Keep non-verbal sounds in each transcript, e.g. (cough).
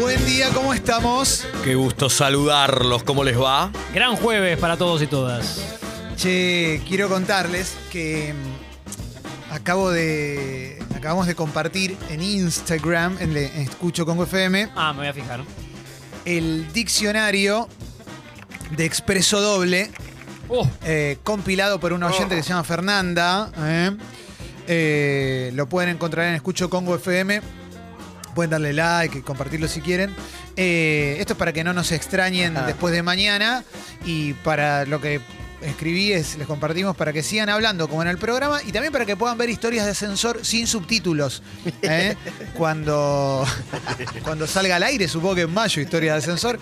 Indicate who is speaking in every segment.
Speaker 1: Buen día, ¿cómo estamos?
Speaker 2: Qué gusto saludarlos, ¿cómo les va?
Speaker 3: Gran jueves para todos y todas.
Speaker 1: Che, quiero contarles que mm, acabo de. Acabamos de compartir en Instagram, en, le- en Escucho Congo FM,
Speaker 3: Ah, me voy a fijar.
Speaker 1: el diccionario de expreso doble,
Speaker 3: Oh,
Speaker 1: eh, compilado por una oyente que se llama Fernanda. ¿eh? Eh, lo pueden encontrar en Escucho Congo FM. Pueden darle like y compartirlo si quieren. Eh, esto es para que no nos extrañen
Speaker 2: Ajá.
Speaker 1: después de mañana. Y para lo que escribí es, les compartimos para que sigan hablando como en el programa. Y también para que puedan ver historias de ascensor sin subtítulos.
Speaker 2: (laughs)
Speaker 1: ¿eh? cuando, cuando salga al aire, supongo que en mayo, historias de ascensor.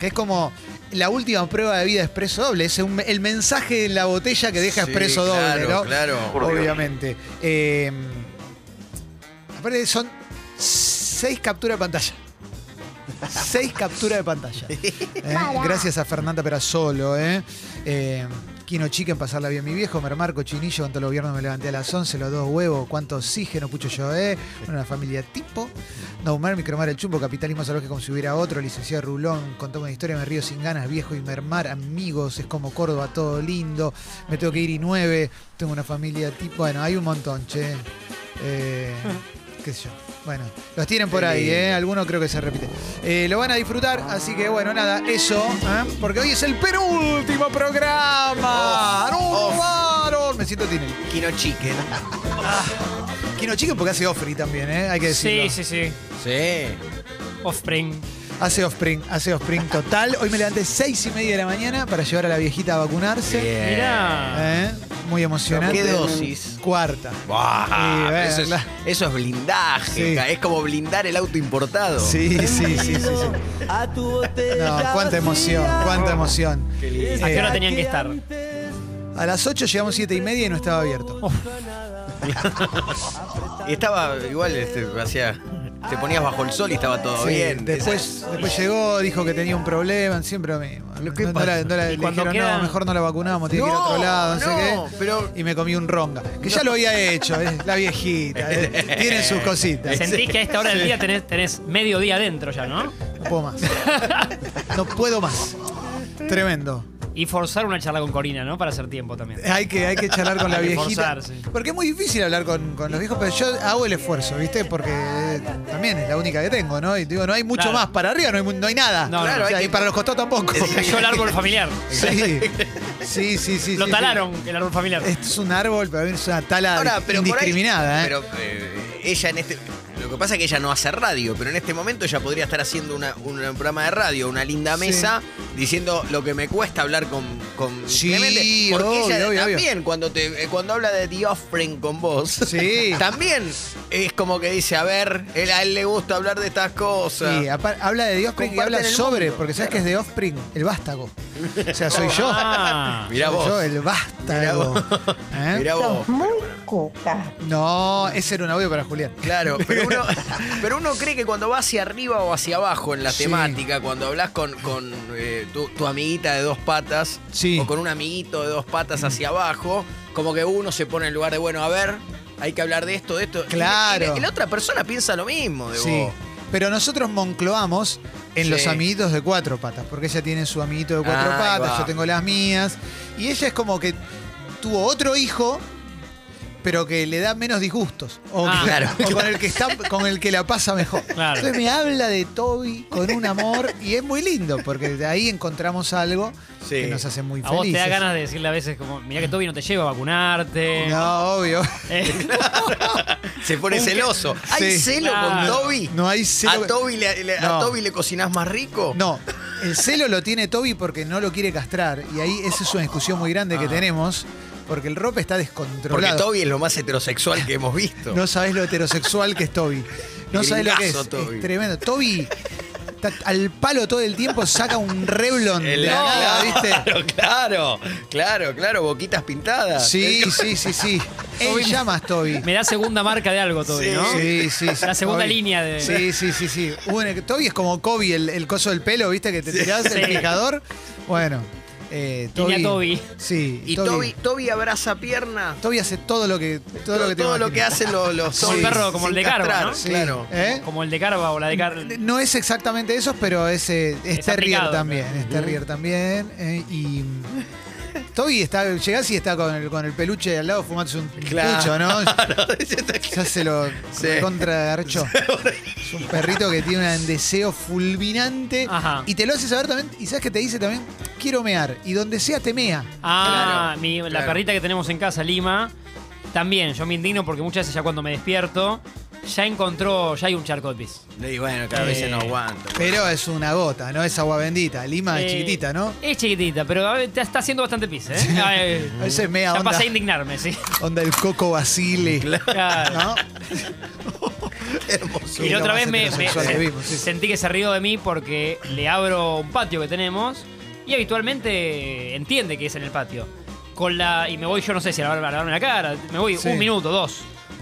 Speaker 1: Que es como la última prueba de vida expreso doble. Es un- el mensaje en la botella que deja
Speaker 2: Sí,
Speaker 1: expreso doble,
Speaker 2: claro,
Speaker 1: ¿no?
Speaker 2: Claro,
Speaker 1: Obviamente. Eh, aparte son seis capturas de pantalla. Seis capturas de pantalla. Eh, Gracias a Fernanda Perasolo, ¿eh? Eh, Quino Chicken, pasarla bien mi viejo, Mermar, Cochinillo, cuánto lo viernes me levanté a las 11, los dos huevos, cuánto oxígeno, pucho yo, ¿eh? Una familia tipo. Naumar, Micromar, El Chumbo, Capitalismo Salvaje como si hubiera otro, Licenciado Rulón, contame una historia, me río sin ganas, viejo y Mermar, amigos, es como Córdoba, todo lindo, me tengo que ir y nueve, tengo una familia tipo, bueno, hay un montón, che. Eh, qué sé yo. Bueno, los tienen por ahí, ¿eh? Algunos creo que se repite. Eh, lo van a disfrutar, así que bueno, nada, eso, ¿eh? porque hoy es el penúltimo programa.
Speaker 2: Off,
Speaker 1: ¡No,
Speaker 2: off.
Speaker 1: varón! Me siento Tinelli.
Speaker 2: Kino Chicken.
Speaker 1: Quino Chicken porque hace Offrey también, ¿eh? Hay que decirlo.
Speaker 3: sí, sí, sí.
Speaker 2: Sí.
Speaker 3: Offspring.
Speaker 1: Hace offspring, hace offspring total. Hoy me levanté seis y media de la mañana para llevar a la viejita a vacunarse.
Speaker 2: Bien.
Speaker 3: Mirá.
Speaker 1: ¿Eh? Muy emocionante.
Speaker 2: ¿Qué dosis?
Speaker 1: Cuarta.
Speaker 2: Buah,
Speaker 1: Sí, bueno,
Speaker 2: eso, es,
Speaker 1: claro.
Speaker 2: eso es blindaje,
Speaker 1: Sí.
Speaker 2: ca- es como blindar el auto importado.
Speaker 1: Sí, sí, sí, sí, sí. No, cuánta emoción, cuánta emoción.
Speaker 3: ¿A qué
Speaker 1: Eh,
Speaker 3: hora tenían que estar?
Speaker 1: a las 8 llegamos siete y media y no estaba abierto.
Speaker 3: Oh,
Speaker 2: Y estaba igual, este, hacía, te ponías bajo el sol y estaba todo
Speaker 1: Sí,
Speaker 2: bien.
Speaker 1: Después, después llegó, dijo que tenía un problema, siempre lo mismo. No,
Speaker 2: ¿Qué
Speaker 1: no
Speaker 2: pasa?
Speaker 1: la- no la-
Speaker 3: Y
Speaker 1: le
Speaker 3: cuando
Speaker 1: dijeron,
Speaker 3: queda-
Speaker 1: no, mejor no la vacunamos, tiene que ir a otro
Speaker 2: No,
Speaker 1: lado, no,
Speaker 2: no,
Speaker 1: sé qué.
Speaker 2: pero-
Speaker 1: Y me comí un ronga, que ya lo había hecho, eh, la viejita. eh, tiene sus
Speaker 3: (laughs)
Speaker 1: cositas.
Speaker 3: Sentís que a esta hora del día tenés, tenés medio día adentro ya, ¿no?
Speaker 1: No puedo más. No puedo más. Tremendo.
Speaker 3: Y forzar una charla con Corina, ¿no? Para hacer tiempo también.
Speaker 1: Hay que, hay que charlar con la
Speaker 3: (laughs) Hay que
Speaker 1: viejita.
Speaker 3: forzarse.
Speaker 1: Porque es muy difícil hablar con, con los viejos, pero yo hago el esfuerzo, ¿viste? Porque eh, también es la única que tengo, ¿no? Y digo, no hay mucho
Speaker 3: Claro.
Speaker 1: más para arriba, no hay, mu- no hay nada.
Speaker 3: No,
Speaker 1: Claro,
Speaker 2: no,
Speaker 1: o sea,
Speaker 2: hay
Speaker 1: y
Speaker 2: que-
Speaker 1: para los costados tampoco.
Speaker 3: Cayó el árbol familiar.
Speaker 1: (laughs) Sí, sí, sí, sí.
Speaker 3: Lo
Speaker 1: sí, Eh,
Speaker 3: talaron, el árbol familiar.
Speaker 1: sí. Esto es un árbol, pero es una tala
Speaker 2: Ahora, pero por ahí-
Speaker 1: Ah, indiscriminada, ¿eh?
Speaker 2: Pero eh, ella en este. Lo que pasa es que ella no hace radio, pero en este momento ella podría estar haciendo una, un programa de radio, una linda
Speaker 1: Sí.
Speaker 2: mesa, diciendo lo que me cuesta hablar con, con
Speaker 1: Sí,
Speaker 2: Clemente. Porque
Speaker 1: obvio,
Speaker 2: ella
Speaker 1: obvio, obvio.
Speaker 2: también, Cuando, te, eh, cuando habla de The Offspring con vos,
Speaker 1: Sí.
Speaker 2: (laughs) también es como que dice: A ver, él, a él le gusta hablar de estas cosas.
Speaker 1: Sí, apa- habla de The Offspring y
Speaker 2: comparten
Speaker 1: habla
Speaker 2: el
Speaker 1: sobre,
Speaker 2: mundo,
Speaker 1: porque sabes
Speaker 2: claro.
Speaker 1: que es The Offspring, el vástago. O sea, soy yo. (laughs)
Speaker 3: Ah.
Speaker 2: Mirá
Speaker 1: Soy
Speaker 2: vos.
Speaker 1: Yo, el vástago. ¿Eh?
Speaker 2: Mirá vos.
Speaker 4: Sos muy cuca.
Speaker 1: No, ese era un audio para Julián. (laughs)
Speaker 2: Claro, pero uno, pero uno cree que cuando va hacia arriba o hacia abajo en la
Speaker 1: Sí.
Speaker 2: temática, cuando hablas con, con, eh, tu, tu amiguita de dos patas
Speaker 1: Sí.
Speaker 2: o con un amiguito de dos patas hacia abajo, como que uno se pone en lugar de, bueno, a ver, hay que hablar de esto, de esto. Y-
Speaker 1: Claro.
Speaker 2: Y, la- y la otra persona piensa lo mismo de
Speaker 1: Sí.
Speaker 2: vos.
Speaker 1: Pero nosotros moncloamos en
Speaker 2: Sí.
Speaker 1: los amiguitos de cuatro patas, porque ella tiene su amiguito de cuatro
Speaker 2: Ahí
Speaker 1: patas,
Speaker 2: va.
Speaker 1: yo tengo las mías. Y ella es como que tuvo otro hijo, pero que le da menos disgustos. O,
Speaker 3: Ah,
Speaker 1: que-
Speaker 2: claro.
Speaker 1: (laughs) o con el que está, con el que la pasa mejor.
Speaker 3: Claro.
Speaker 1: Entonces me habla de Toby con un amor y es muy lindo, porque de ahí encontramos algo
Speaker 2: Sí.
Speaker 1: que nos hace muy
Speaker 3: A vos te
Speaker 1: felices.
Speaker 3: da ganas de decirle a veces como, mirá que Toby no te lleva a vacunarte.
Speaker 1: No, obvio.
Speaker 3: Eh, (laughs)
Speaker 2: Se pone
Speaker 3: Un-
Speaker 2: celoso. ¿Hay
Speaker 1: Sí.
Speaker 2: celo
Speaker 3: Claro.
Speaker 2: con Toby?
Speaker 1: No hay celo.
Speaker 2: ¿A Toby le, le-
Speaker 1: No.
Speaker 2: a Toby le cocinás más rico?
Speaker 1: No, el celo lo tiene Toby porque no lo quiere castrar. Y ahí esa es una discusión muy grande que tenemos. Porque el rope está
Speaker 2: Ah. Porque
Speaker 1: descontrolado.
Speaker 2: Toby es lo más heterosexual que hemos visto.
Speaker 1: No sabes lo heterosexual que es Toby. No sabes lo que es.
Speaker 2: Gringazo, Toby.
Speaker 1: Es tremendo. Toby está al palo todo el tiempo, saca un reblon de
Speaker 2: El-
Speaker 1: la nada,
Speaker 2: (laughs)
Speaker 1: ¿viste?
Speaker 2: Claro, claro, claro, claro, boquitas pintadas.
Speaker 1: Sí, sí, sí, sí. Él
Speaker 3: Toby-
Speaker 1: llamas Toby.
Speaker 3: me da segunda marca de algo, Toby,
Speaker 2: Sí.
Speaker 3: ¿no?
Speaker 1: Sí, sí, sí.
Speaker 3: La segunda
Speaker 1: Toby.
Speaker 3: línea de-
Speaker 1: Sí, sí, sí, sí. Hubo una- Toby es como Kobe, el, el coso del pelo, ¿viste? Que te tirás
Speaker 3: Sí.
Speaker 1: el fijador. Bueno, Eh,
Speaker 3: Niña Toby.
Speaker 1: Sí,
Speaker 2: Y Toby, Toby abraza pierna.
Speaker 1: Toby hace todo lo que todo lo que, te imaginas.
Speaker 2: hacen los, los
Speaker 1: Como el
Speaker 2: zombies
Speaker 3: perro, como el
Speaker 2: sin
Speaker 3: de Carva,
Speaker 2: castrar,
Speaker 3: ¿no?
Speaker 1: Sí,
Speaker 2: Claro.
Speaker 1: ¿eh?
Speaker 3: Como el de Carva o la de Carva.
Speaker 1: No es exactamente eso, pero es, eh, es
Speaker 3: Es
Speaker 1: terrier
Speaker 3: aplicado,
Speaker 1: también.
Speaker 3: claro.
Speaker 1: Es terrier también. eh, y mm, Toby está, llegás y está con el, con el peluche al lado fumándose un
Speaker 2: Claro.
Speaker 1: pucho, ¿no?
Speaker 2: (laughs) Claro.
Speaker 1: Ya se lo
Speaker 2: Sí.
Speaker 1: contragarchó. Es un perrito que tiene un deseo fulminante.
Speaker 3: Ajá.
Speaker 1: Y te lo hace saber también, y sabes que te dice también, quiero mear. Y donde sea te mea.
Speaker 3: Ah,
Speaker 2: Claro,
Speaker 3: mi- la
Speaker 2: claro.
Speaker 3: perrita que tenemos en casa, Lima. También, yo me indigno porque muchas veces ya cuando me despierto, ya encontró, ya hay un charco de pis.
Speaker 2: Le digo, bueno, cada vez
Speaker 3: Eh,
Speaker 2: no aguanto.
Speaker 1: Pero es una gota, no es agua bendita. Lima
Speaker 3: Eh,
Speaker 1: Ah, es chiquitita, ¿no?
Speaker 3: Es chiquitita, pero a ver, te- está haciendo bastante pis, ¿eh? Ay,
Speaker 1: (laughs) A veces mea
Speaker 3: ya
Speaker 1: onda.
Speaker 3: pasé a
Speaker 1: (laughs)
Speaker 3: indignarme, sí.
Speaker 1: Onda el coco basile.
Speaker 3: Claro.
Speaker 1: ¿No?
Speaker 2: (laughs) Hermoso.
Speaker 1: Sí,
Speaker 3: Y
Speaker 1: lo
Speaker 3: la otra
Speaker 1: más
Speaker 3: vez me, me-
Speaker 1: heterosexual que vimos, sí.
Speaker 3: sentí que se rió de mí porque le abro un patio que tenemos y habitualmente entiende que es en el patio. Con la, y me voy yo, no sé si a lavar- a lavarme la cara, me voy
Speaker 1: Sí.
Speaker 3: un minuto, dos.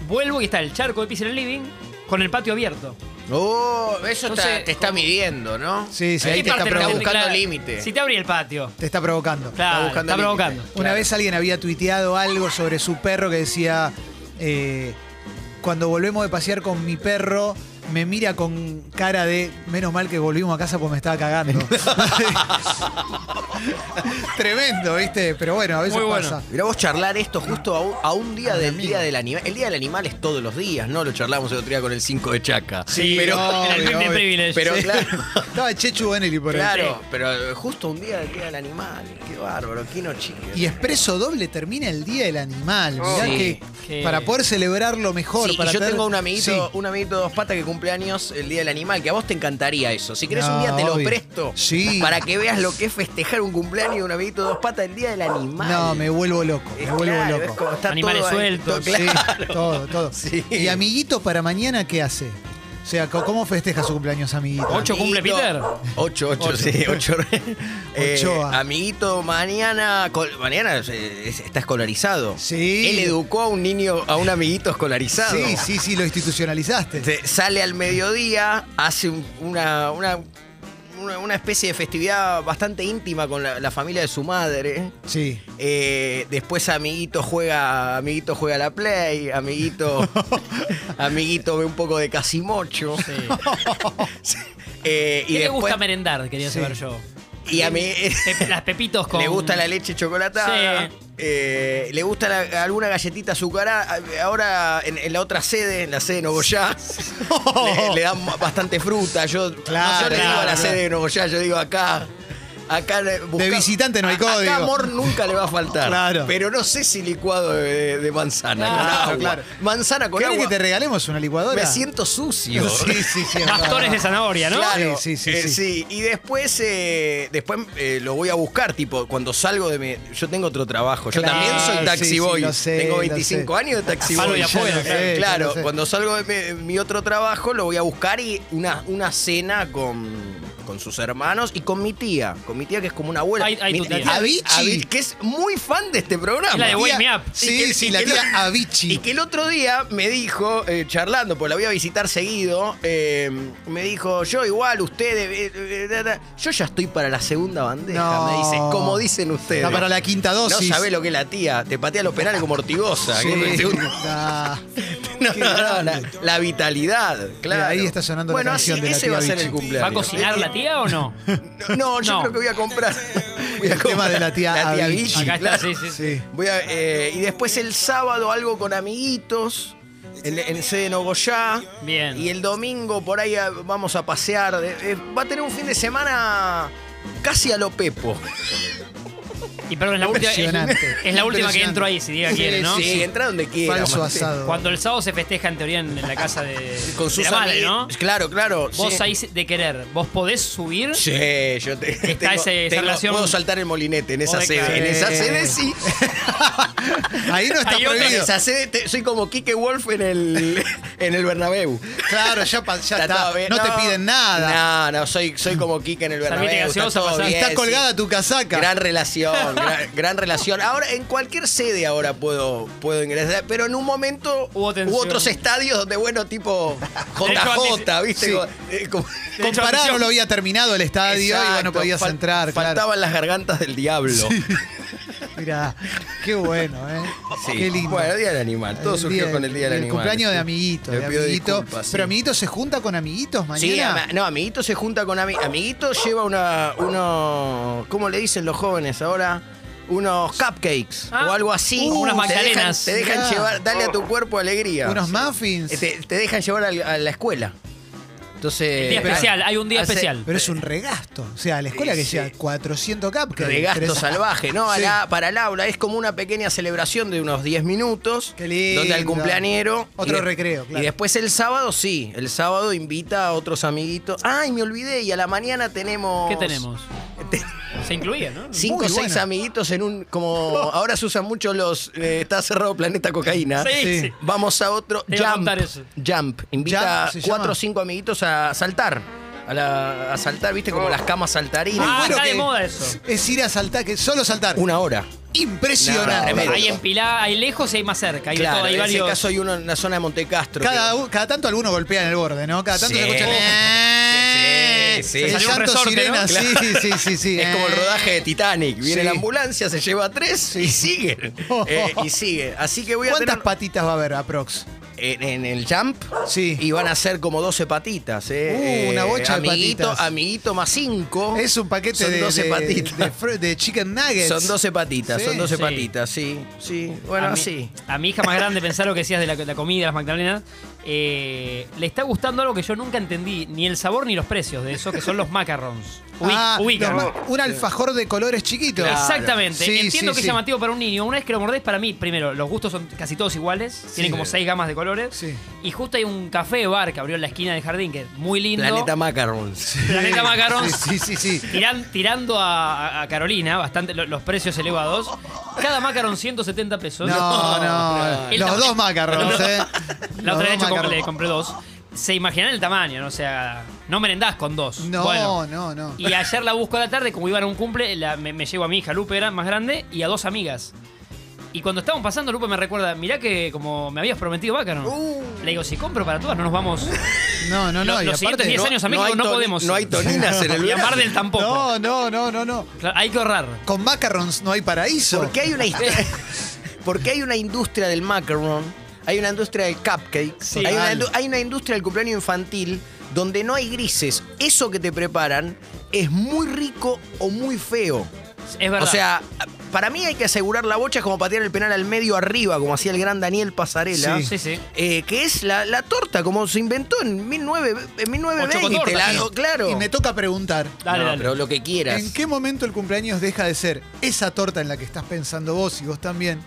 Speaker 3: Vuelvo y está el charco de pis en el living con el patio abierto.
Speaker 2: Oh, eso está-
Speaker 3: Entonces,
Speaker 2: te está
Speaker 3: como-
Speaker 2: midiendo, ¿no?
Speaker 1: Sí, sí,
Speaker 2: Ahí
Speaker 1: ahí
Speaker 3: ¿Qué
Speaker 1: te está
Speaker 3: parte la
Speaker 2: está
Speaker 3: gente,
Speaker 1: provocando.
Speaker 2: buscando
Speaker 3: claro?
Speaker 2: límite.
Speaker 3: Si te abrí el patio.
Speaker 1: Te está provocando.
Speaker 3: Claro, está,
Speaker 2: buscando límite.
Speaker 3: provocando.
Speaker 1: Una vez alguien había tuiteado algo sobre su perro que decía, eh, cuando volvemos de pasear con mi perro, me mira con cara de, menos mal que volvimos a casa porque me estaba cagando. Tremendo, ¿viste? Pero bueno, a veces
Speaker 3: Muy bueno.
Speaker 1: pasa.
Speaker 2: Mirá vos charlar esto justo a un, a un día
Speaker 1: A un
Speaker 2: del
Speaker 1: amigo.
Speaker 2: Día del Animal. El Día del Animal es todos los días, ¿no? Lo charlamos el otro día con el 5 de Chaca.
Speaker 1: Sí,
Speaker 2: pero, (laughs)
Speaker 1: obvio,
Speaker 3: en el Big de
Speaker 1: obvio.
Speaker 3: Privilege.
Speaker 2: pero
Speaker 3: Sí.
Speaker 2: claro,
Speaker 1: (laughs) Estaba Chechu Bonelli por ahí.
Speaker 2: claro, pero eh, justo un día del Día del Animal. Qué bárbaro, qué noche.
Speaker 1: Y Expreso Doble termina el Día del Animal. Mirá
Speaker 2: Sí.
Speaker 1: que
Speaker 3: Qué-
Speaker 1: para poder celebrarlo mejor.
Speaker 2: Sí, y
Speaker 1: para
Speaker 2: yo
Speaker 1: tener-
Speaker 2: tengo un amiguito,
Speaker 1: Sí.
Speaker 2: un amiguito de dos patas que cumple años el día del animal, que a vos te encantaría eso. Si querés un día
Speaker 1: No,
Speaker 2: te lo
Speaker 1: obvio.
Speaker 2: presto
Speaker 1: Sí.
Speaker 2: para que veas lo que es festejar un cumpleaños de un amiguito de dos patas el día del animal.
Speaker 1: No, me vuelvo loco,
Speaker 2: Es
Speaker 1: me vuelvo
Speaker 2: claro, es
Speaker 1: loco.
Speaker 2: como está
Speaker 3: Animales
Speaker 2: todo ahí,
Speaker 3: sueltos.
Speaker 2: todo claro.
Speaker 1: Sí, todo, todo.
Speaker 2: Sí.
Speaker 1: ¿Y amiguito para mañana qué hace? O sea, co- ¿cómo festeja su cumpleaños amiguito?
Speaker 3: ¿Ocho cumple
Speaker 2: Amiguito-
Speaker 3: Peter?
Speaker 2: Ocho, ocho, sí,
Speaker 1: (laughs)
Speaker 2: ocho. Eh,
Speaker 1: Ochoa.
Speaker 2: amiguito, mañana, col- mañana eh, es- está escolarizado.
Speaker 1: Sí.
Speaker 2: Él educó a un niño, a un amiguito escolarizado.
Speaker 1: Sí, sí, sí, lo institucionalizaste.
Speaker 2: Este, sale al mediodía, hace un- una, una, una- una especie de festividad bastante íntima con la, la familia de su madre.
Speaker 1: Sí.
Speaker 2: Eh, después amiguito juega, amiguito juega a la play,
Speaker 3: (laughs)
Speaker 2: amiguito, amiguito ve un poco de casimocho. (laughs)
Speaker 3: Sí.
Speaker 2: Eh,
Speaker 3: ¿Qué
Speaker 2: y
Speaker 3: le
Speaker 2: después,
Speaker 3: gusta merendar? Quería
Speaker 1: Sí.
Speaker 3: saber yo.
Speaker 2: y a mí
Speaker 3: Pe- las pepitos con.
Speaker 2: le gusta la leche chocolatada.
Speaker 3: Sí.
Speaker 2: eh, le gusta la- alguna galletita azucarada. eh, Ahora en, en la otra sede, en la sede de
Speaker 1: (laughs)
Speaker 2: Nogoyá, le, le dan bastante fruta. Yo,
Speaker 1: Claro,
Speaker 2: no, yo le digo a la
Speaker 1: claro,
Speaker 2: sede de Nogoyá, yo digo acá. Acá le- busca-
Speaker 1: De visitante no hay
Speaker 2: a-
Speaker 1: código.
Speaker 2: Acá amor nunca le va a faltar.
Speaker 1: Claro.
Speaker 2: Pero no sé si licuado de, de- de manzana. con
Speaker 1: Claro,
Speaker 2: agua.
Speaker 1: claro.
Speaker 2: Manzana con
Speaker 1: ¿Querés
Speaker 2: agua.
Speaker 1: que te regalemos una licuadora?
Speaker 2: Me siento
Speaker 1: (laughs)
Speaker 2: sucio.
Speaker 1: Sí, sí, sí. es
Speaker 3: Bastones
Speaker 1: verdad.
Speaker 3: de zanahoria, ¿no?
Speaker 2: Claro,
Speaker 1: Sí, sí, sí,
Speaker 2: eh,
Speaker 1: sí.
Speaker 2: Y después, eh, después eh, lo voy a buscar, tipo, cuando salgo de mi... Yo tengo otro trabajo, yo
Speaker 1: Claro,
Speaker 2: también soy taxi
Speaker 1: sí, sí,
Speaker 2: boy.
Speaker 1: lo sé,
Speaker 2: tengo
Speaker 1: lo
Speaker 2: 25
Speaker 1: sé.
Speaker 2: años de taxi
Speaker 3: Palo
Speaker 2: boy.
Speaker 3: de afuera,
Speaker 2: Eh,
Speaker 1: claro.
Speaker 2: claro,
Speaker 1: lo sé.
Speaker 2: cuando salgo de mi, mi otro trabajo lo voy a buscar y una, una cena con, con sus hermanos y con mi tía, con mi tía que es como una abuela.
Speaker 3: Ay, ay,
Speaker 2: Mi-
Speaker 3: tu
Speaker 2: la
Speaker 3: tía.
Speaker 1: Avicii.
Speaker 2: Avi- que es muy fan de este programa.
Speaker 3: Es la de Wake Me Up.
Speaker 1: Sí,
Speaker 2: Y que-
Speaker 1: sí,
Speaker 2: y
Speaker 1: la
Speaker 2: que
Speaker 1: tía
Speaker 2: lo-
Speaker 1: Avicii.
Speaker 2: Y que el otro día me dijo, eh, charlando, porque la voy a visitar seguido, eh, me dijo, yo igual, ustedes, eh, eh, da, da, yo ya estoy para la segunda bandeja,
Speaker 1: No.
Speaker 2: me dice, como dicen ustedes.
Speaker 1: Está para la quinta
Speaker 2: no
Speaker 1: dosis.
Speaker 2: sabe lo que es la tía, te patea los penales como ortigosa.
Speaker 1: Sí, Ah,
Speaker 2: que es
Speaker 1: (laughs)
Speaker 2: el segundo-
Speaker 1: da.
Speaker 2: No,
Speaker 1: Qué
Speaker 2: no, no,
Speaker 1: grande.
Speaker 2: la, la vitalidad, claro.
Speaker 1: ahí está sonando la
Speaker 2: bueno,
Speaker 1: canción
Speaker 2: así-
Speaker 1: de la
Speaker 2: ese
Speaker 1: tía
Speaker 2: va a ser
Speaker 1: Vichy.
Speaker 2: el
Speaker 3: ¿Va a
Speaker 2: cumpleaños.
Speaker 3: cocinar la tía o no?
Speaker 2: No, yo
Speaker 3: No.
Speaker 2: creo que voy a comprar. Voy a
Speaker 1: (laughs) El tema de la tía
Speaker 2: la tía
Speaker 1: Avicii.
Speaker 2: Vichy,
Speaker 3: Acá está,
Speaker 2: claro.
Speaker 3: sí, sí. sí.
Speaker 1: Sí.
Speaker 2: Voy a, eh, y después el sábado algo con amiguitos. En, en sede Nogoyá.
Speaker 3: Bien.
Speaker 2: Y el domingo por ahí ah, vamos a pasear. Eh, eh, va a tener un fin de semana casi a lo Pepo.
Speaker 3: Y perdón, es la última, es,
Speaker 1: Impresionante.
Speaker 3: (laughs) es la última que
Speaker 1: Impresionante.
Speaker 3: entro ahí, si diga
Speaker 1: Sí,
Speaker 3: quiere, ¿no?
Speaker 2: Sí, entra donde quiera.
Speaker 1: Falso
Speaker 2: Martín.
Speaker 1: asado.
Speaker 3: Cuando el sábado se festeja en teoría en, en la casa de,
Speaker 2: Con
Speaker 3: de
Speaker 2: sus
Speaker 3: la madre, ¿no?
Speaker 2: amigos. Claro, claro.
Speaker 3: Vos
Speaker 2: sí.
Speaker 3: ahí de querer, vos podés subir.
Speaker 2: Sí, yo te,
Speaker 3: Está
Speaker 2: tengo-
Speaker 3: ese- esa
Speaker 2: tengo-
Speaker 3: relación-
Speaker 2: Puedo saltar el molinete en esa
Speaker 3: Joder,
Speaker 2: sede.
Speaker 3: claro.
Speaker 2: En esa
Speaker 1: Eh.
Speaker 2: sede sí.
Speaker 1: (laughs) Ahí no está
Speaker 3: Hay otra que
Speaker 1: prohibido.
Speaker 2: Esa sede te- soy como Kike Wolf en el, (laughs) en el Bernabéu.
Speaker 1: Claro, ya, pa- ya
Speaker 2: Está
Speaker 1: está.
Speaker 2: todo bien.
Speaker 1: No te piden nada.
Speaker 2: No, no, soy, soy como Kike en el
Speaker 3: Servite
Speaker 2: Bernabéu.
Speaker 3: gaseosa,
Speaker 2: todo
Speaker 3: pasá.
Speaker 2: bien,
Speaker 1: Está
Speaker 2: sí.
Speaker 1: colgada tu casaca.
Speaker 2: Gran relación, relación, (laughs) gran, gran relación. Ahora, en cualquier sede ahora puedo, puedo ingresar, pero en un momento
Speaker 3: Hubo tensión.
Speaker 2: otros estadios donde, bueno,
Speaker 3: (laughs)
Speaker 2: tipo
Speaker 3: De hecho,
Speaker 2: JJ,
Speaker 3: antes-
Speaker 2: ¿viste?
Speaker 1: sí.
Speaker 2: Como- eh, como-
Speaker 3: De hecho,
Speaker 1: Compararon,
Speaker 3: yo-
Speaker 1: lo había terminado el estadio y bueno,
Speaker 2: Exacto,
Speaker 1: podías
Speaker 2: fal-
Speaker 1: entrar, claro.
Speaker 2: Faltaban las gargantas del diablo.
Speaker 1: Mirá, qué bueno, ¿eh?
Speaker 2: Sí.
Speaker 1: Qué lindo.
Speaker 2: Bueno, Día del Animal. Todo
Speaker 1: El
Speaker 2: surgió
Speaker 1: día-
Speaker 2: con el Día del
Speaker 1: el
Speaker 2: Animal.
Speaker 1: cumpleaños de
Speaker 2: Sí.
Speaker 1: amiguito,
Speaker 2: Le
Speaker 1: de
Speaker 2: pido
Speaker 1: amiguito.
Speaker 2: disculpas, sí.
Speaker 1: Pero amiguito se junta con amiguitos mañana.
Speaker 2: Sí, ama- no, amiguito se junta con amiguitos. Amiguito lleva una, uno, ¿cómo le dicen los jóvenes ahora? Unos cupcakes
Speaker 3: Ah.
Speaker 2: o algo así.
Speaker 3: Uh, unas
Speaker 2: Te dejan-
Speaker 3: magdalenas. Oh.
Speaker 2: Te dejan,
Speaker 1: Ah.
Speaker 2: llevar, dale a tu cuerpo alegría.
Speaker 1: Unos muffins.
Speaker 2: Eh, Te, te dejan llevar al- a, la escuela. Entonces.
Speaker 3: Día especial, hay un día
Speaker 2: hace-
Speaker 3: especial.
Speaker 1: pero es un regasto. O sea, la escuela que
Speaker 2: Sí.
Speaker 1: lleva 400 cupcakes.
Speaker 2: Regasto
Speaker 1: tres-
Speaker 2: salvaje, ¿no? A
Speaker 1: Sí.
Speaker 2: la- para el aula es como una pequeña celebración de unos 10 minutos.
Speaker 1: Qué lindo.
Speaker 2: Donde al cumpleañero.
Speaker 1: Otro
Speaker 2: y de-
Speaker 1: recreo, claro.
Speaker 2: Y después el sábado, sí. El sábado invita a otros amiguitos. Ay, me olvidé. Y a la mañana tenemos. (laughs)
Speaker 3: ¿Qué tenemos? Se incluía, ¿no?
Speaker 2: Cinco
Speaker 1: Muy
Speaker 2: o seis
Speaker 1: bueno.
Speaker 2: amiguitos en un. Como
Speaker 1: (laughs)
Speaker 2: ahora se usan mucho los. eh, está cerrado Planeta Cocaína.
Speaker 1: Sí.
Speaker 3: Sí, sí.
Speaker 2: Vamos a otro.
Speaker 3: Te iba a
Speaker 2: Jump.
Speaker 3: contar eso.
Speaker 2: Jump. Invita
Speaker 1: Jump,
Speaker 2: a
Speaker 1: ¿se
Speaker 2: cuatro
Speaker 1: llama?
Speaker 2: o cinco amiguitos a saltar. A, la- a saltar, viste, como las camas saltarinas.
Speaker 3: Oh. Ah,
Speaker 1: Bueno,
Speaker 3: está de
Speaker 1: que-
Speaker 3: moda eso.
Speaker 1: Es ir a saltar, que solo saltar.
Speaker 2: Una hora. No,
Speaker 1: Impresionante.
Speaker 2: tremendo.
Speaker 3: Hay en Pilar, hay lejos y hay más cerca. Hay, de
Speaker 2: claro,
Speaker 3: todo, hay
Speaker 2: en ese
Speaker 3: varios.
Speaker 2: caso hay uno en la zona de Montecastro.
Speaker 1: cada,
Speaker 2: que-
Speaker 1: u- cada tanto alguno golpea en el borde, ¿no? Cada tanto
Speaker 2: Sí. Oh.
Speaker 1: se escucha.
Speaker 2: Sí,
Speaker 1: "Eh".
Speaker 2: sí, sí.
Speaker 1: El
Speaker 2: (laughs) Salió
Speaker 3: un
Speaker 1: llanto
Speaker 3: resorte,
Speaker 1: sirena.
Speaker 3: ¿no?
Speaker 1: Sí, sí, sí, sí.
Speaker 2: (laughs) Es como el rodaje de Titanic. Viene
Speaker 1: Sí.
Speaker 2: la ambulancia, se lleva a tres y
Speaker 1: (laughs)
Speaker 2: sigue. Eh, y sigue. Así que voy a
Speaker 1: ¿Cuántas
Speaker 2: tener
Speaker 1: patitas va a haber, aprox?
Speaker 2: en, en el jump.
Speaker 1: Sí.
Speaker 2: Y van a ser como 12 patitas. eh.
Speaker 1: Uh, una
Speaker 2: Eh,
Speaker 1: bocha de
Speaker 2: amiguito,
Speaker 1: patitas.
Speaker 2: Amiguito más 5.
Speaker 1: Es un paquete
Speaker 2: Son
Speaker 1: de,
Speaker 2: 12
Speaker 1: de- (laughs)
Speaker 2: patitas.
Speaker 1: de fr- de chicken nuggets.
Speaker 2: Son 12 patitas,
Speaker 1: Sí.
Speaker 2: son 12
Speaker 3: Sí.
Speaker 2: patitas, sí. Sí, bueno,
Speaker 3: A mi-
Speaker 2: sí.
Speaker 3: A mi hija más grande, pensar lo que decías de la, la comida, las magdalenas, eh, le está gustando algo que yo nunca entendí, ni el sabor ni los precios de eso, que son los macarons. Ubi-
Speaker 1: Ah,
Speaker 3: ubican.
Speaker 1: los- un alfajor de colores chiquito.
Speaker 3: Exactamente.
Speaker 1: Sí,
Speaker 3: Entiendo
Speaker 1: sí,
Speaker 3: que es
Speaker 1: sí.
Speaker 3: llamativo para un niño. Una vez que lo mordés, para mí, primero, los gustos son casi todos iguales. Tienen como seis gamas de colores.
Speaker 1: Sí.
Speaker 3: Y justo hay un café bar que abrió en la esquina del jardín, que es muy lindo.
Speaker 2: Planeta Macarons.
Speaker 3: Planeta Macarons.
Speaker 1: Sí, sí, sí. sí.
Speaker 3: Tiran- tirando a, a- a Carolina, bastante lo- los precios elevados. Cada macarón 170 pesos.
Speaker 1: No, no.
Speaker 3: El
Speaker 1: Los
Speaker 3: tamaño-
Speaker 1: dos macarrones,
Speaker 3: (laughs) No.
Speaker 1: ¿eh?
Speaker 3: La
Speaker 1: Los
Speaker 3: otra
Speaker 1: dos
Speaker 3: vez yo compré,
Speaker 1: macarrones.
Speaker 3: compré dos. Se imaginan el tamaño, ¿no? O sea, no merendás con dos.
Speaker 1: No,
Speaker 3: Bueno,
Speaker 1: no, no.
Speaker 3: Y ayer la busco a la tarde, como iban a un cumple, la- me, me llevo a mi hija Lupe, era más grande, y a dos amigas. Y cuando estábamos pasando, Lupe me recuerda, mirá que como me habías prometido Macarón.
Speaker 2: Uh.
Speaker 3: Le digo, si compro para todas, no nos vamos.
Speaker 1: No, no, no.
Speaker 3: Los-
Speaker 1: y
Speaker 3: los siguientes
Speaker 1: aparte,
Speaker 3: 10 años a México
Speaker 2: hay
Speaker 3: no
Speaker 2: toni-
Speaker 3: podemos
Speaker 2: No
Speaker 3: ir.
Speaker 2: hay toninas en el
Speaker 3: (laughs) Y a Mar
Speaker 2: verano.
Speaker 3: del tampoco.
Speaker 1: No, no, no, no, no.
Speaker 3: Claro, hay que ahorrar.
Speaker 1: Con macarons no hay paraíso.
Speaker 2: ¿Por qué hay una historia? ¿Por qué hay una industria del macaron? Hay una industria del cupcake.
Speaker 3: Sí.
Speaker 2: hay, una,
Speaker 1: Total.
Speaker 2: indu- hay una industria del cumpleaños infantil donde no hay grises. Eso que te preparan es muy rico o muy feo.
Speaker 3: Es verdad.
Speaker 2: O sea, para mí hay que asegurar la bocha como patear el penal al medio arriba, como hacía el gran Daniel Pasarela.
Speaker 1: Sí.
Speaker 3: sí, sí.
Speaker 2: Eh, que es la, la torta, como se inventó en, 19, en 1920.
Speaker 3: Ochocotorta.
Speaker 2: la- claro.
Speaker 1: Y me toca preguntar.
Speaker 3: Dale,
Speaker 2: No,
Speaker 3: dale.
Speaker 2: Pero lo que quieras.
Speaker 1: ¿En qué momento el cumpleaños deja de ser esa torta en la que estás pensando vos y vos también?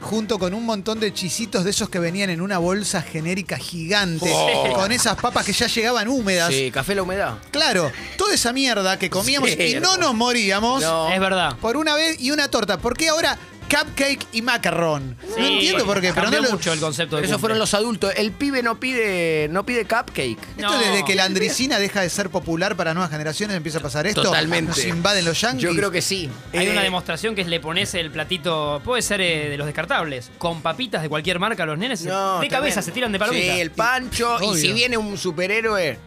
Speaker 1: Junto con un montón de chisitos de esos que venían en una bolsa genérica gigante,
Speaker 2: Oh.
Speaker 1: con esas papas que ya llegaban húmedas.
Speaker 2: Sí, café la humedad.
Speaker 1: Claro, toda esa mierda que comíamos
Speaker 2: Sí,
Speaker 1: y no
Speaker 2: hermoso.
Speaker 1: nos moríamos
Speaker 2: No.
Speaker 3: Es verdad.
Speaker 1: por una vez y una torta. ¿Por qué ahora cupcake y macarrón? no
Speaker 3: Sí,
Speaker 1: entiendo por qué, pero no
Speaker 3: cambió
Speaker 1: lo-
Speaker 3: mucho el concepto de
Speaker 2: Esos
Speaker 3: cumple.
Speaker 2: fueron los adultos. El pibe no pide, no pide cupcake.
Speaker 1: Esto
Speaker 3: No.
Speaker 1: desde que la andricina deja de ser popular para nuevas generaciones empieza a pasar esto.
Speaker 2: Totalmente.
Speaker 1: Nos invaden los yankees.
Speaker 2: Yo creo que sí.
Speaker 3: Hay
Speaker 2: Eh,
Speaker 3: una demostración que es le pones el platito, puede ser eh, de los descartables, con papitas de cualquier marca, los nenes se-
Speaker 2: no,
Speaker 3: de cabeza
Speaker 2: tremendo.
Speaker 3: se tiran de palomita.
Speaker 2: Sí, el pancho.
Speaker 1: Obvio.
Speaker 2: Y si viene un superhéroe,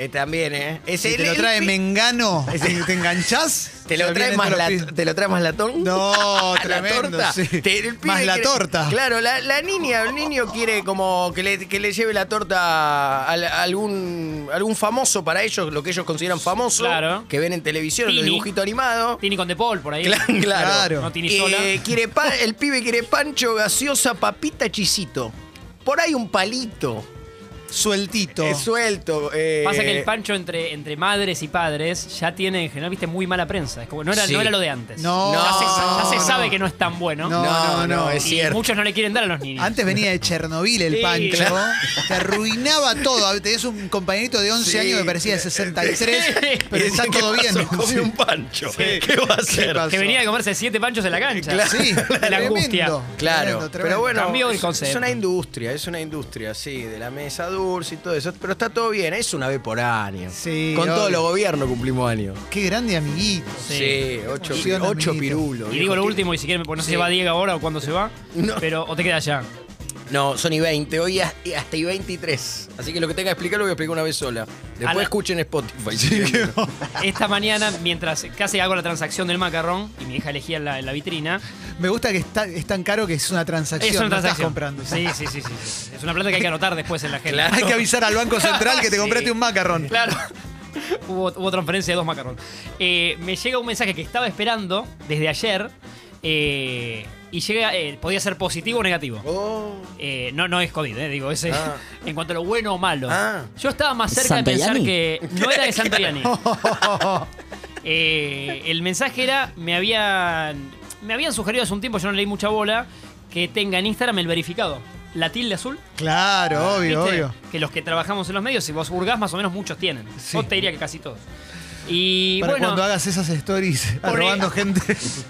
Speaker 2: eh, también, ¿eh? Ese-
Speaker 1: Si te lo
Speaker 2: el-
Speaker 1: trae
Speaker 2: el-
Speaker 1: Mengano, si te enganchás.
Speaker 2: ¿Te lo,
Speaker 1: se
Speaker 2: trae
Speaker 1: vienen
Speaker 2: más
Speaker 1: todos los
Speaker 2: la-
Speaker 1: pibes.
Speaker 2: (laughs) ¿Te lo trae más latón?
Speaker 1: No,
Speaker 2: (laughs) La
Speaker 1: tremendo.
Speaker 2: torta.
Speaker 1: sí.
Speaker 2: Te- el pibe
Speaker 1: Más la
Speaker 2: quiere-
Speaker 1: torta.
Speaker 2: Claro, la, la niña, el niño quiere como que le, que le lleve la torta a, la- a algún, algún famoso para ellos, lo que ellos consideran famoso,
Speaker 3: Claro.
Speaker 2: que ven en televisión, los
Speaker 3: Tini.
Speaker 2: dibujitos animados.
Speaker 3: Tini con De Paul por ahí.
Speaker 2: (laughs) Cla- Claro.
Speaker 1: Claro.
Speaker 3: No Tini sola.
Speaker 2: Eh, quiere pa- el pibe quiere pancho, gaseosa, papita, chisito. Por ahí un palito.
Speaker 1: Sueltito.
Speaker 2: eh, suelto. eh,
Speaker 3: Pasa que el pancho entre, entre madres y padres ya tiene en general, viste, muy mala prensa. Es como, no, era,
Speaker 2: Sí.
Speaker 3: no era lo de antes.
Speaker 1: No,
Speaker 3: ya se, ya se
Speaker 1: no.
Speaker 3: sabe que no es tan bueno.
Speaker 1: No, no, no.
Speaker 2: es
Speaker 3: y
Speaker 2: cierto.
Speaker 3: muchos no le quieren dar a los niños.
Speaker 1: Antes venía de Chernobyl el
Speaker 3: Sí.
Speaker 1: pancho.
Speaker 3: Claro.
Speaker 1: Te arruinaba todo. Tenías un compañerito de 11
Speaker 2: Sí.
Speaker 1: años que parecía de 63,
Speaker 3: Sí.
Speaker 1: pero
Speaker 2: Y
Speaker 1: está
Speaker 2: dice, ¿qué
Speaker 1: todo bien.
Speaker 2: pasó? Come
Speaker 1: Sí.
Speaker 2: un pancho. ¿Qué va a hacer?
Speaker 1: pasó?
Speaker 3: que venía de comerse siete panchos en la cancha.
Speaker 2: (laughs)
Speaker 1: Sí,
Speaker 3: La
Speaker 1: tremendo,
Speaker 3: angustia.
Speaker 2: Claro,
Speaker 1: tremendo, tremendo.
Speaker 2: pero bueno,
Speaker 3: Cambió el
Speaker 2: es-
Speaker 3: concepto.
Speaker 2: es una industria, es una industria, sí, de la mesa dulce y todo eso. Pero está todo bien, es una vez por año.
Speaker 1: Sí,
Speaker 2: Con todos
Speaker 1: obvio.
Speaker 2: los gobiernos cumplimos año.
Speaker 1: Qué grande amiguito.
Speaker 2: Sí, ocho,
Speaker 1: Emociona,
Speaker 2: ocho
Speaker 1: amiguito.
Speaker 2: pirulos.
Speaker 3: Y
Speaker 2: viejo,
Speaker 3: digo lo
Speaker 2: tiene-
Speaker 3: último, y si quieren, porque no sé
Speaker 2: Sí.
Speaker 3: si va Diego ahora o cuándo se va.
Speaker 2: No.
Speaker 3: Pero, o te queda allá.
Speaker 2: No, son y 20, hoy has- y hasta y 23. Así que lo que tenga que explicar lo voy a explicar una vez sola. Después
Speaker 3: A la-
Speaker 2: escuchen Spotify. si quieren.
Speaker 3: Esta mañana, mientras casi hago la transacción del macarrón y mi hija elegía en la, en la vitrina,
Speaker 1: Me gusta que está- es tan caro que es una transacción.
Speaker 3: es una
Speaker 1: no estás
Speaker 3: transacción.
Speaker 1: comprando.
Speaker 3: Sí, sí, sí, sí, sí. Es una plata que hay que anotar después en la agenda.
Speaker 2: Claro.
Speaker 1: Hay que avisar al Banco Central que te
Speaker 3: Sí.
Speaker 1: compraste un macarrón.
Speaker 3: Claro. (laughs) hubo, hubo transferencia de dos macarrón. Eh, me llega un mensaje que estaba esperando desde ayer eh, y llega, eh, podía ser positivo o negativo.
Speaker 2: Oh,
Speaker 3: Eh, no, no es COVID, eh, digo, ese,
Speaker 2: Ah.
Speaker 3: (laughs) en cuanto a lo bueno o malo.
Speaker 2: Ah.
Speaker 3: Yo estaba más cerca
Speaker 5: ¿Santoyani?
Speaker 2: (laughs)
Speaker 3: de pensar que no era de Santoyani. Eh, el mensaje era, me habían, me habían sugerido hace un tiempo, yo no leí mucha bola, que tenga en Instagram el verificado. La tilde azul.
Speaker 1: Claro, obvio,
Speaker 3: ¿Viste?
Speaker 1: obvio.
Speaker 3: Que los que trabajamos en los medios, si vos burgás, más o menos muchos tienen.
Speaker 1: Sí.
Speaker 3: Yo te diría que casi todos. Y
Speaker 1: Para
Speaker 3: bueno,
Speaker 1: cuando hagas esas stories
Speaker 3: Poné-
Speaker 1: robando gente,
Speaker 3: (laughs)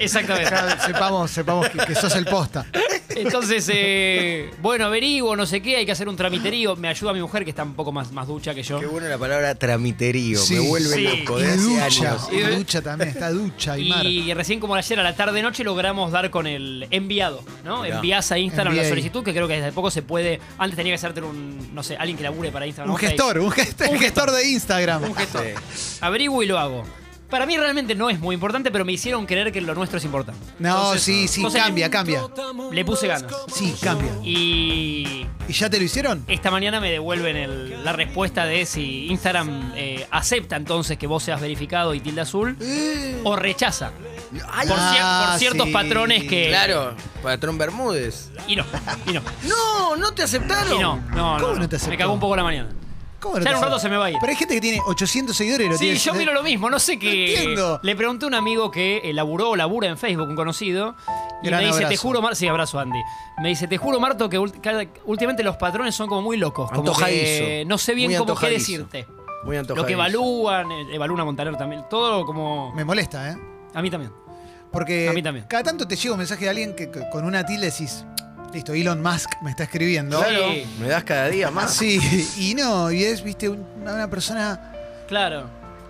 Speaker 1: (laughs)
Speaker 3: exactamente.
Speaker 1: ya sepamos, sepamos que, que sos el posta.
Speaker 3: Entonces, eh, bueno, averiguo, no sé qué, hay que hacer un tramiterío. Me ayuda mi mujer, que está un poco más, más ducha que yo.
Speaker 2: qué bueno la palabra tramiterío.
Speaker 1: Sí.
Speaker 2: Me vuelve
Speaker 3: Sí.
Speaker 2: loco.
Speaker 1: Y
Speaker 2: De hace
Speaker 1: ducha,
Speaker 2: años.
Speaker 1: y ducha también, está ducha, Aymar.
Speaker 3: Y recién como ayer a la tarde noche logramos dar con el enviado, ¿no?
Speaker 2: Mirá.
Speaker 3: Envías a Instagram
Speaker 1: Envié.
Speaker 3: la solicitud, que creo que desde poco se puede. Antes tenía que hacerte un, no sé, alguien que labure para Instagram.
Speaker 1: Un
Speaker 3: ¿no?
Speaker 1: gestor, un gestor, un gestor de Instagram.
Speaker 2: Sí.
Speaker 3: Averiguo y lo hago. Para mí realmente no es muy importante, pero me hicieron creer que lo nuestro es importante.
Speaker 1: No,
Speaker 3: Entonces,
Speaker 1: sí, sí,
Speaker 3: entonces
Speaker 1: cambia, cambia.
Speaker 3: Le puse ganas.
Speaker 1: Sí, cambia.
Speaker 3: Y
Speaker 1: ¿Y ya te lo hicieron?
Speaker 3: esta mañana me devuelven el- la respuesta de si Instagram eh, acepta entonces que vos seas verificado y tilde azul o rechaza. Por,
Speaker 2: Ay,
Speaker 3: cier-
Speaker 1: Ah,
Speaker 3: por ciertos
Speaker 1: sí.
Speaker 3: patrones que...
Speaker 2: Claro, patrón Bermúdez.
Speaker 3: Y no,
Speaker 1: (laughs)
Speaker 3: y no.
Speaker 2: No, no te aceptaron.
Speaker 3: Y no, no,
Speaker 1: ¿Cómo
Speaker 3: no,
Speaker 1: no te
Speaker 3: no.
Speaker 1: aceptó?
Speaker 3: Me cagó un poco la mañana.
Speaker 1: ¿Cómo
Speaker 3: Ya
Speaker 1: te
Speaker 3: en un
Speaker 1: hace?
Speaker 3: rato se me va a ir.
Speaker 1: Pero hay gente que tiene 800 seguidores y lo
Speaker 3: Sí,
Speaker 1: tiene.
Speaker 3: yo miro lo mismo, no sé qué.
Speaker 1: entiendo.
Speaker 3: Le pregunté a un amigo que eh, laburó o labura en Facebook, un conocido, y
Speaker 1: Gran
Speaker 3: me dice, te
Speaker 1: abrazo.
Speaker 3: juro, Marto, sí, abrazo Andy. Me dice, te juro, Marto, que ult- cada- últimamente los patrones son como muy locos. Como que
Speaker 2: Antojadizo.
Speaker 3: no sé bien
Speaker 2: Muy
Speaker 3: cómo qué
Speaker 2: antojadizo.
Speaker 3: decirte.
Speaker 2: Muy antojado.
Speaker 3: Lo que evalúan, eh, evalúan a Montaner también, todo como...
Speaker 1: Me molesta, ¿eh?
Speaker 3: A mí también.
Speaker 1: Porque
Speaker 3: A mí también.
Speaker 1: cada tanto te llega un mensaje de alguien que, que con una tilde decís, listo, Elon Musk me está escribiendo.
Speaker 2: Claro,
Speaker 3: Sí. Ah,
Speaker 2: me das cada día más.
Speaker 1: Sí, y no, y es, viste, un- una persona
Speaker 3: Claro.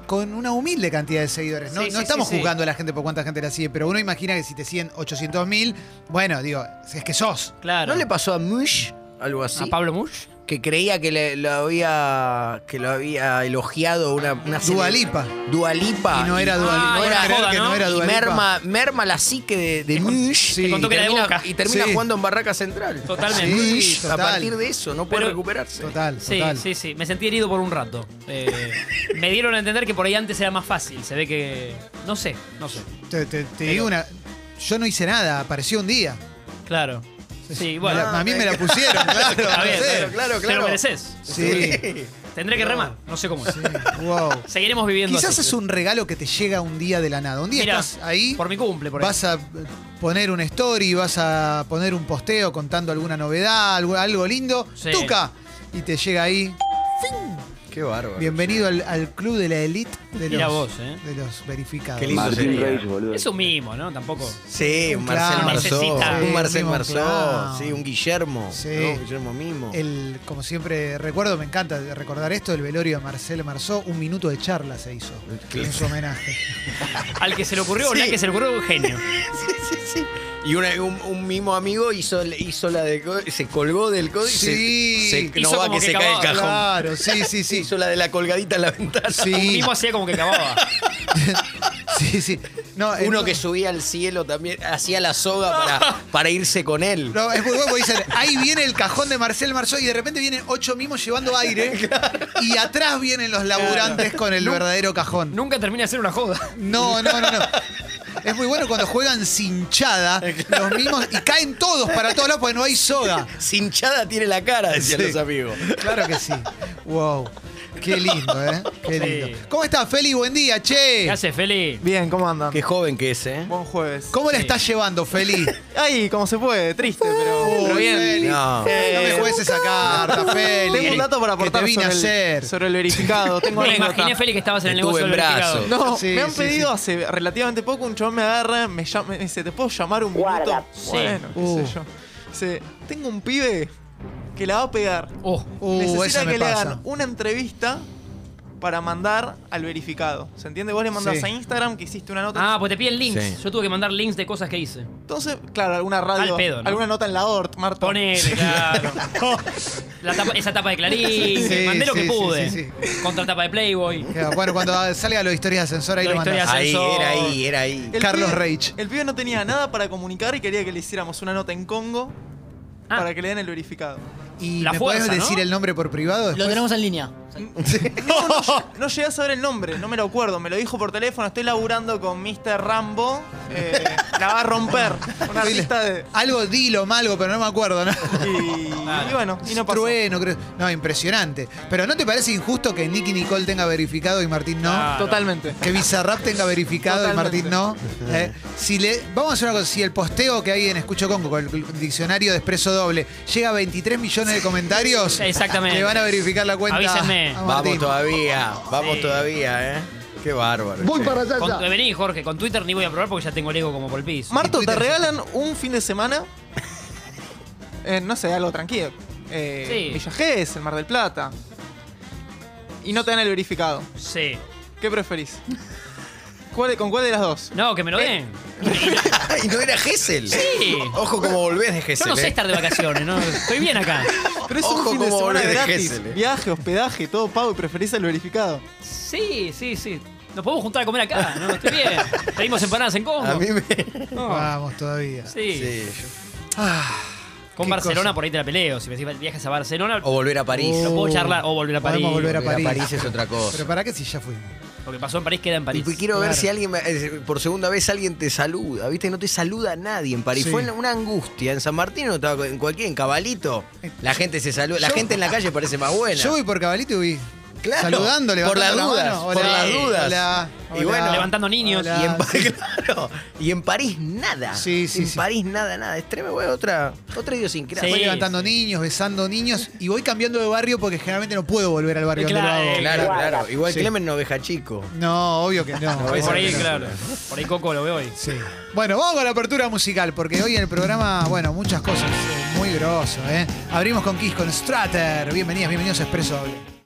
Speaker 1: con una humilde cantidad de seguidores. No,
Speaker 3: Sí, sí,
Speaker 1: no estamos
Speaker 3: sí, sí.
Speaker 1: juzgando a la gente por cuánta gente la sigue, pero uno imagina que si te siguen 800.000, bueno, digo, es que sos.
Speaker 3: Claro.
Speaker 2: ¿No le pasó a Mush algo
Speaker 3: ¿A
Speaker 2: así?
Speaker 3: Pablo Mush?
Speaker 2: que creía que le, lo había que lo había elogiado una, una cele-
Speaker 1: Dua Lipa.
Speaker 2: Dua Lipa.
Speaker 1: Y no era Dua
Speaker 3: Ah,
Speaker 1: Lipa.
Speaker 2: no
Speaker 3: era
Speaker 2: era
Speaker 1: creer
Speaker 3: joda,
Speaker 1: que no
Speaker 3: ¿no?
Speaker 1: era
Speaker 2: y
Speaker 1: Dua Lipa.
Speaker 2: merma, merma la psique de, de Mush
Speaker 1: sí.
Speaker 2: y
Speaker 3: Contó que era de
Speaker 2: termina-
Speaker 3: Boca.
Speaker 2: y termina
Speaker 1: Sí.
Speaker 2: jugando en Barraca Central.
Speaker 3: Totalmente.
Speaker 1: Sí,
Speaker 2: Mush, a
Speaker 1: total.
Speaker 2: partir de eso, no puede
Speaker 3: Pero-
Speaker 2: recuperarse.
Speaker 1: Total,
Speaker 3: Sí,
Speaker 1: total.
Speaker 3: sí, sí. Me sentí herido por un rato. Eh, me dieron a entender que por ahí antes era más fácil. Se ve que. No sé, no sé.
Speaker 1: Te, te- te digo una. Yo no hice nada, apareció un día.
Speaker 3: Claro. Sí,
Speaker 1: Me
Speaker 3: bueno. eh,
Speaker 1: la- a mí me la
Speaker 3: (laughs)
Speaker 1: pusieron, claro.
Speaker 3: Está bien,
Speaker 1: no sé.
Speaker 3: está bien.
Speaker 2: claro,
Speaker 3: Te
Speaker 2: claro.
Speaker 3: lo mereces.
Speaker 1: Sí.
Speaker 3: Tendré que remar. No sé cómo es.
Speaker 1: Wow.
Speaker 3: Seguiremos viviendo.
Speaker 1: Quizás
Speaker 3: así.
Speaker 1: es un regalo que te llega un día de la nada. Un día
Speaker 3: Mirá,
Speaker 1: estás ahí,
Speaker 3: Por mi cumple, por ahí.
Speaker 1: vas a poner un story, vas a poner un posteo contando alguna novedad, algo, algo lindo.
Speaker 3: Sí.
Speaker 1: ¡Tuca! Y te llega ahí.
Speaker 2: (laughs) Qué bárbaro.
Speaker 1: Bienvenido al, al club de la elite de
Speaker 3: Mirá
Speaker 1: los,
Speaker 3: vos, ¿eh.
Speaker 1: de los verificados.
Speaker 2: Qué lindo sería.
Speaker 3: Es un mimo, ¿no? Tampoco.
Speaker 2: Sí, un
Speaker 1: Claro.
Speaker 2: Marcel Marceau.
Speaker 3: Necesita.
Speaker 2: Un Marcel
Speaker 1: Sí, claro.
Speaker 2: Marceau. Sí, un Guillermo.
Speaker 1: Sí.
Speaker 2: ¿no? Un Guillermo Mimo.
Speaker 1: El, como siempre recuerdo, me encanta recordar esto, el velorio de Marcel Marceau, un minuto de charla se hizo
Speaker 2: Claro.
Speaker 1: en su homenaje.
Speaker 2: (laughs)
Speaker 3: Al que se le ocurrió, o
Speaker 2: Sí.
Speaker 3: la que se le ocurrió, un genio.
Speaker 2: Sí, sí, sí. Y una- un, un mimo amigo hizo, hizo la de co- se colgó del código
Speaker 1: Sí.
Speaker 2: y se, se
Speaker 3: Hizo
Speaker 2: no va
Speaker 3: como
Speaker 2: que,
Speaker 3: que
Speaker 2: se cae el
Speaker 3: cavaba.
Speaker 2: cajón.
Speaker 1: Claro, sí, sí, sí.
Speaker 2: Hizo la de la colgadita en
Speaker 1: (laughs)
Speaker 2: la ventana.
Speaker 3: Un
Speaker 1: Sí,
Speaker 3: mimo hacía como que cavaba.
Speaker 1: sí, sí. No, en-
Speaker 2: Uno que subía al cielo también hacía la soga (laughs) para, para irse con él.
Speaker 1: No, es muy bueno porque dicen, ahí viene el cajón de Marcel Marceau y de repente vienen ocho mimos llevando
Speaker 6: (laughs)
Speaker 1: aire y atrás vienen los laburantes con el verdadero cajón.
Speaker 3: Nunca termina de ser una joda.
Speaker 1: No, no, no, no. Es muy bueno cuando juegan
Speaker 6: (laughs)
Speaker 1: cinchada los mimos y caen todos para todos lados porque no hay soga.
Speaker 2: (laughs) Cinchada tiene la cara, decían
Speaker 1: Sí.
Speaker 2: los amigos.
Speaker 1: Claro que sí. Wow. Qué lindo, ¿eh? Qué
Speaker 3: Sí.
Speaker 1: lindo. ¿Cómo estás, Feli? Buen día, che.
Speaker 3: ¿Qué haces, Feli?
Speaker 6: Bien, ¿cómo andan?
Speaker 2: Qué joven que es, ¿eh?
Speaker 6: Buen jueves.
Speaker 1: ¿Cómo la estás llevando, Feli?
Speaker 6: Ay, como se puede, triste, pero, pero
Speaker 1: Uy,
Speaker 6: bien.
Speaker 1: Feli.
Speaker 2: No.
Speaker 1: No. me juegues esa carta, Feli.
Speaker 6: Eh, Tengo un dato para
Speaker 1: Que
Speaker 6: aportar
Speaker 1: te vine a
Speaker 6: sobre,
Speaker 1: hacer.
Speaker 6: el, sobre el verificado. Tengo
Speaker 3: Me
Speaker 6: anécdota.
Speaker 3: imaginé, Feli, que estabas en el
Speaker 2: Estuve
Speaker 3: negocio
Speaker 2: en
Speaker 3: del
Speaker 2: brazos.
Speaker 3: verificado.
Speaker 6: No,
Speaker 1: Sí,
Speaker 6: me han
Speaker 1: sí,
Speaker 6: pedido hace relativamente poco, un chabón me agarra, me, llama, me dice, ¿te puedo llamar un
Speaker 4: Guarda.
Speaker 6: minuto? Bueno, qué
Speaker 1: Uh.
Speaker 6: sé yo. Dice, tengo un pibe que la va a pegar.
Speaker 3: Oh.
Speaker 1: Uh,
Speaker 6: Necesita
Speaker 1: esa
Speaker 6: que
Speaker 1: me
Speaker 6: le
Speaker 1: pasa.
Speaker 6: hagan una entrevista para mandar al verificado. ¿Se entiende? Vos le mandás
Speaker 1: Sí.
Speaker 6: a Instagram que hiciste una nota.
Speaker 3: Ah, pues te piden links.
Speaker 2: Sí.
Speaker 3: Yo tuve que mandar links de cosas que hice.
Speaker 6: Entonces, claro, alguna radio.
Speaker 3: Al pedo, ¿no?
Speaker 6: Alguna nota en la ORT, Marta.
Speaker 3: Ponele, claro. Oh. La tapa- esa tapa de Clarín,
Speaker 1: Sí,
Speaker 3: mandé lo
Speaker 1: sí,
Speaker 3: que
Speaker 1: sí,
Speaker 3: pude.
Speaker 1: sí,
Speaker 3: Contra tapa de Playboy.
Speaker 1: Claro, Bueno, cuando salga lo de historias de ascensor, ahí
Speaker 3: Lo
Speaker 1: lo
Speaker 3: de historias
Speaker 1: mandás.
Speaker 2: Ahí,
Speaker 3: Ascensor.
Speaker 2: era ahí, era ahí.
Speaker 6: El
Speaker 1: Carlos
Speaker 6: pibe-
Speaker 1: Reich.
Speaker 6: El pibe no tenía nada para comunicar y quería que le hiciéramos una nota en Congo
Speaker 3: Ah.
Speaker 6: para que le den el verificado.
Speaker 1: ¿Y
Speaker 3: La
Speaker 1: me
Speaker 3: fuerza,
Speaker 1: podés decir
Speaker 3: ¿no?
Speaker 1: el nombre por privado?
Speaker 5: Lo
Speaker 1: después?
Speaker 5: tenemos en línea.
Speaker 6: No llegué a saber el nombre, no me lo acuerdo. Me lo dijo por teléfono. Estoy laburando con Mr. Rambo. eh, la va a romper. Una
Speaker 1: Dile.
Speaker 6: artista de.
Speaker 1: Algo dilo, malgo, pero no me acuerdo, ¿no?
Speaker 6: Y, y bueno, y no pasó.
Speaker 1: Trueno, creo. No, impresionante. Pero ¿no te parece injusto que Nicky Nicole tenga verificado y Martín no?
Speaker 3: Ah.
Speaker 6: Totalmente.
Speaker 1: Que Bizarrap tenga verificado y Martín no. Eh, si le, vamos a hacer una cosa. Si el posteo que hay en Escucho Congo con el diccionario de expreso doble llega a 23 millones de comentarios,
Speaker 3: Exactamente.
Speaker 1: le van a verificar la cuenta.
Speaker 3: Avísenme.
Speaker 1: a Martín.
Speaker 2: Vamos todavía, vamos todavía, ¿eh? Qué bárbaro. che.
Speaker 1: allá.
Speaker 3: Con- vení, Jorge, con Twitter ni voy a probar porque ya tengo el ego como por el piso.
Speaker 6: Marto, ¿te
Speaker 1: Twitter.
Speaker 6: regalan un fin de semana? Eh, no sé, algo tranquilo. Eh,
Speaker 3: Sí.
Speaker 6: Villa Gesell, el Mar del Plata. Y no te dan el verificado.
Speaker 3: Sí.
Speaker 6: ¿Qué preferís? ¿Cuál- ¿Con cuál de las dos?
Speaker 3: No, que me lo den.
Speaker 2: Ay, no era Gessel.
Speaker 3: Sí.
Speaker 2: Ojo como volvés de
Speaker 3: Yo
Speaker 2: Gessel.
Speaker 3: no sé
Speaker 2: eh.
Speaker 3: estar de vacaciones,
Speaker 2: (laughs)
Speaker 3: ¿no? Estoy bien acá.
Speaker 6: Pero es
Speaker 2: Ojo
Speaker 6: un fin de
Speaker 2: cómo
Speaker 6: semana
Speaker 2: volvés de
Speaker 6: gratis.
Speaker 2: Gesell, eh.
Speaker 6: Viaje, hospedaje, todo pago y preferís el verificado.
Speaker 3: Sí, sí, sí. Nos podemos juntar a comer acá, ¿no? Estoy bien. Pedimos empanadas en Congo.
Speaker 2: A mí me.
Speaker 3: No.
Speaker 1: Vamos todavía.
Speaker 3: Sí.
Speaker 2: Sí, yo-
Speaker 3: Con
Speaker 1: Qué
Speaker 3: Barcelona
Speaker 1: cosa.
Speaker 3: por ahí te la peleo. Si me decís viajas a Barcelona,
Speaker 2: O volver a París.
Speaker 1: Oh,
Speaker 3: lo puedo charlar. O volver a París.
Speaker 1: Podemos volver a
Speaker 2: Volver
Speaker 1: París.
Speaker 2: a París es otra cosa.
Speaker 1: Pero ¿para qué si ya fuimos?
Speaker 3: Lo que pasó en París queda en
Speaker 2: Y pues
Speaker 3: París.
Speaker 2: quiero ver
Speaker 1: Claro.
Speaker 2: si alguien, me- eh, por segunda vez alguien te saluda, ¿viste? No te saluda nadie en París.
Speaker 1: Sí.
Speaker 2: Fue una angustia. En San Martín, no estaba en cualquier, en Cabalito, la gente se saluda. La
Speaker 1: Yo-
Speaker 2: gente en la calle parece más buena.
Speaker 1: Yo voy por cabalito y voy
Speaker 2: Claro,
Speaker 1: saludando,
Speaker 2: por
Speaker 1: levantando
Speaker 2: las
Speaker 1: la
Speaker 2: dudas,
Speaker 1: mano.
Speaker 2: por
Speaker 1: Hola,
Speaker 2: las dudas.
Speaker 1: hola,
Speaker 2: Y
Speaker 1: hola.
Speaker 2: bueno,
Speaker 3: Levantando niños.
Speaker 1: Hola.
Speaker 2: y, en, Pa- (laughs)
Speaker 1: sí.
Speaker 2: claro, y en París nada.
Speaker 1: Sí, sí,
Speaker 2: En
Speaker 1: sí.
Speaker 2: París nada, nada. Es tremendo, güey, otra, otra idiosincrasia.
Speaker 1: Voy
Speaker 3: Sí.
Speaker 1: levantando niños, besando niños y voy cambiando de barrio porque generalmente no puedo volver al barrio
Speaker 3: Claro,
Speaker 1: donde lo hago.
Speaker 2: Claro, claro. Igual
Speaker 1: Sí.
Speaker 2: Clemen no oveja chico.
Speaker 1: No, obvio que no.
Speaker 2: Por
Speaker 3: (laughs) Por ahí,
Speaker 1: Obvio que no.
Speaker 3: claro. Por ahí Coco lo veo hoy.
Speaker 1: Sí. Bueno, vamos con la apertura musical, porque hoy en el programa, bueno, muchas cosas eh, muy grosso, ¿eh? Abrimos con Kiss, con Strater. Bienvenidas, bienvenidos a Expreso. Doble.